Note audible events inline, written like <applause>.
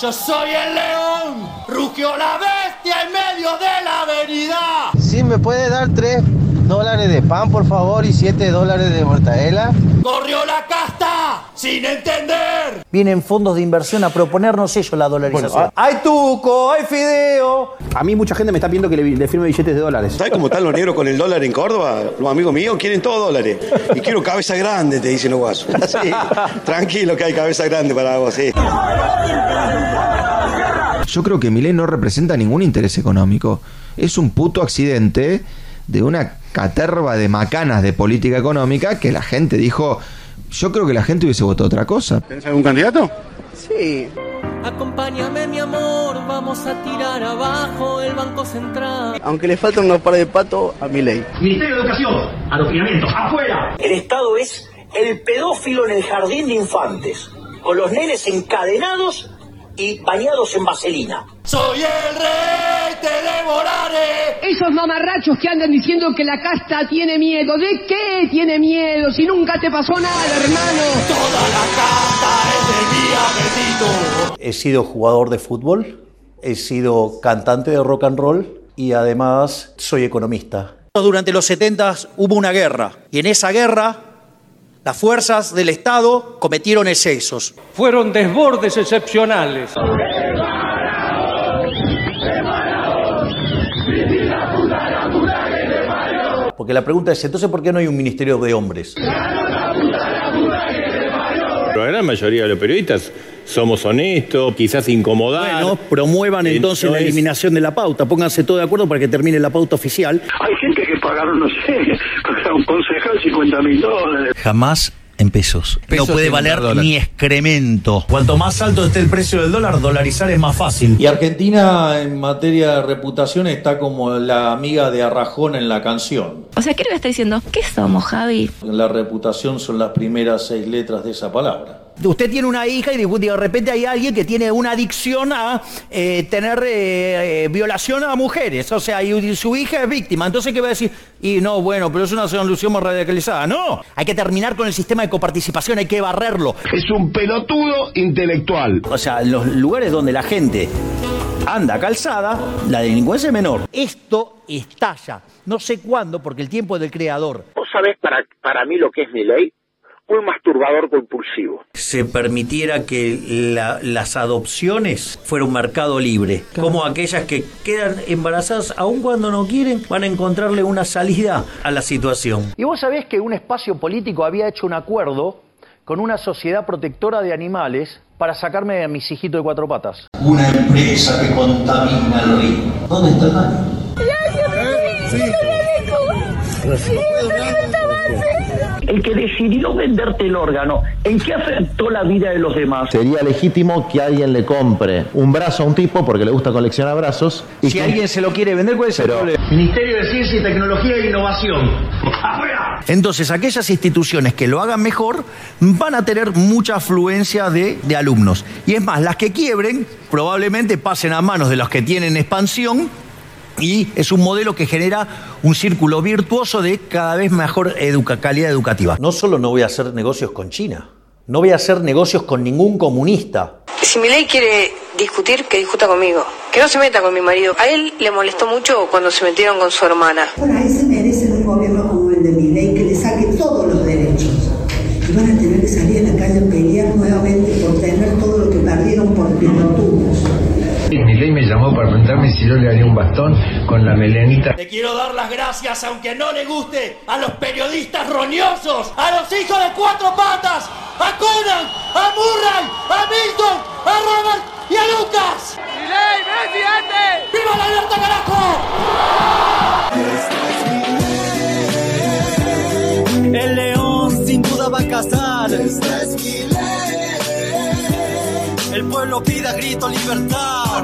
Yo soy el león, rugió la bestia en medio de la avenida. Si me puede dar 3 dólares de pan, por favor, y 7 dólares de mortadela. Corrió la casta sin entender. Vienen fondos de inversión a proponernos ellos la dolarización. Hay tuco, hay fideo. A mí mucha gente me está pidiendo que le, le firme billetes de dólares. ¿Sabes cómo están los negros con el dólar en Córdoba? Los amigos míos quieren todos dólares. Y quiero cabeza grande, te dicen los guasos. <laughs> Así, tranquilo que hay cabeza grande para vos, sí. Yo creo que Milei no representa ningún interés económico. Es un puto accidente de una caterva de macanas de política económica que la gente dijo. Yo creo que la gente hubiese votado otra cosa. ¿Tenés algún candidato? Sí. Acompáñame mi amor, vamos a tirar abajo el Banco Central. Aunque le faltan unos par de patos a mi ley. Ministerio de Educación, adoctrinamiento, afuera. El Estado es el pedófilo en el jardín de infantes, con los nenes encadenados y bañados en vaselina. Soy el rey, te devoraré. Esos mamarrachos que andan diciendo que la casta tiene miedo. ¿De qué tiene miedo? Si nunca te pasó nada, hermano. Toda la casta es de mi apetito. ah, He sido jugador de fútbol, he sido cantante de rock and roll y además soy economista. Durante los 70 hubo una guerra y en esa guerra las fuerzas del Estado cometieron excesos. Fueron desbordes excepcionales. Porque la pregunta es, entonces, ¿por qué no hay un ministerio de hombres? La gran mayoría de los periodistas somos honestos, quizás incomodar. Bueno, promuevan Eh, entonces no la es- eliminación de la pauta. Pónganse todos de acuerdo para que termine la pauta oficial. Hay gente que pagaron, no sé, <laughs> para un concejal 50 mil dólares. Jamás en pesos. Pesos no puede en valer dólar. ni excremento. Cuanto más alto esté el precio del dólar, dolarizar es más fácil. Y Argentina en materia de reputación está como la amiga de Arrajón en la canción. O sea, ¿qué le voy a estar diciendo? ¿Qué somos, Javi? La reputación son las primeras seis letras de esa palabra. Usted tiene una hija y de de repente hay alguien que tiene una adicción a eh, tener eh, eh, violación a mujeres. O sea, y su hija es víctima. Entonces, ¿qué va a decir? Y no, bueno, pero es una solución más radicalizada. No, hay que terminar con el sistema de coparticipación, hay que barrerlo. Es un pelotudo intelectual. O sea, en los lugares donde la gente anda calzada, la delincuencia es menor. Esto estalla. No sé cuándo, porque el tiempo es del creador. ¿Vos sabés para, para mí lo que es mi ley? Un masturbador compulsivo. Se permitiera que la- las adopciones fuera un mercado libre. Como aquellas que quedan embarazadas, aun cuando no quieren, van a encontrarle una salida a la situación. Y vos sabés que un espacio político había hecho un acuerdo con una sociedad protectora de animales para sacarme a mis hijitos de cuatro patas. Una empresa que contamina el río. ¿Dónde está el baño? El que decidió venderte el órgano, ¿en qué afectó la vida de los demás? Sería legítimo que alguien le compre un brazo a un tipo porque le gusta coleccionar brazos. Y si alguien se lo quiere vender, ¿cuál es el problema? Ministerio de Ciencia y Tecnología e Innovación. Entonces, aquellas instituciones que lo hagan mejor van a tener mucha afluencia de, de alumnos. Y es más, las que quiebren probablemente pasen a manos de los que tienen expansión y es un modelo que genera un círculo virtuoso de cada vez mejor educa- calidad educativa. No solo no voy a hacer negocios con China, no voy a hacer negocios con ningún comunista. Si mi ley quiere Eh, discutir, que discuta conmigo. Que no se meta con mi marido. A él le molestó mucho cuando se metieron con su hermana. Ahora, ese merece un gobierno como el de Milei que le saque todos los derechos. Y van a tener que salir a la calle a pelear nuevamente por tener todo lo que perdieron por pelotudos. Milei me llamó para preguntarme si yo le daría un bastón con la melenita. Te quiero dar las gracias, aunque no le guste, a los periodistas roñosos, a los hijos de cuatro patas, a Conan, a Murray, a Milton, a Robert y a Lucas. ¡Viva la libertad, El león sin duda va a cazar. El pueblo pide a grito libertad.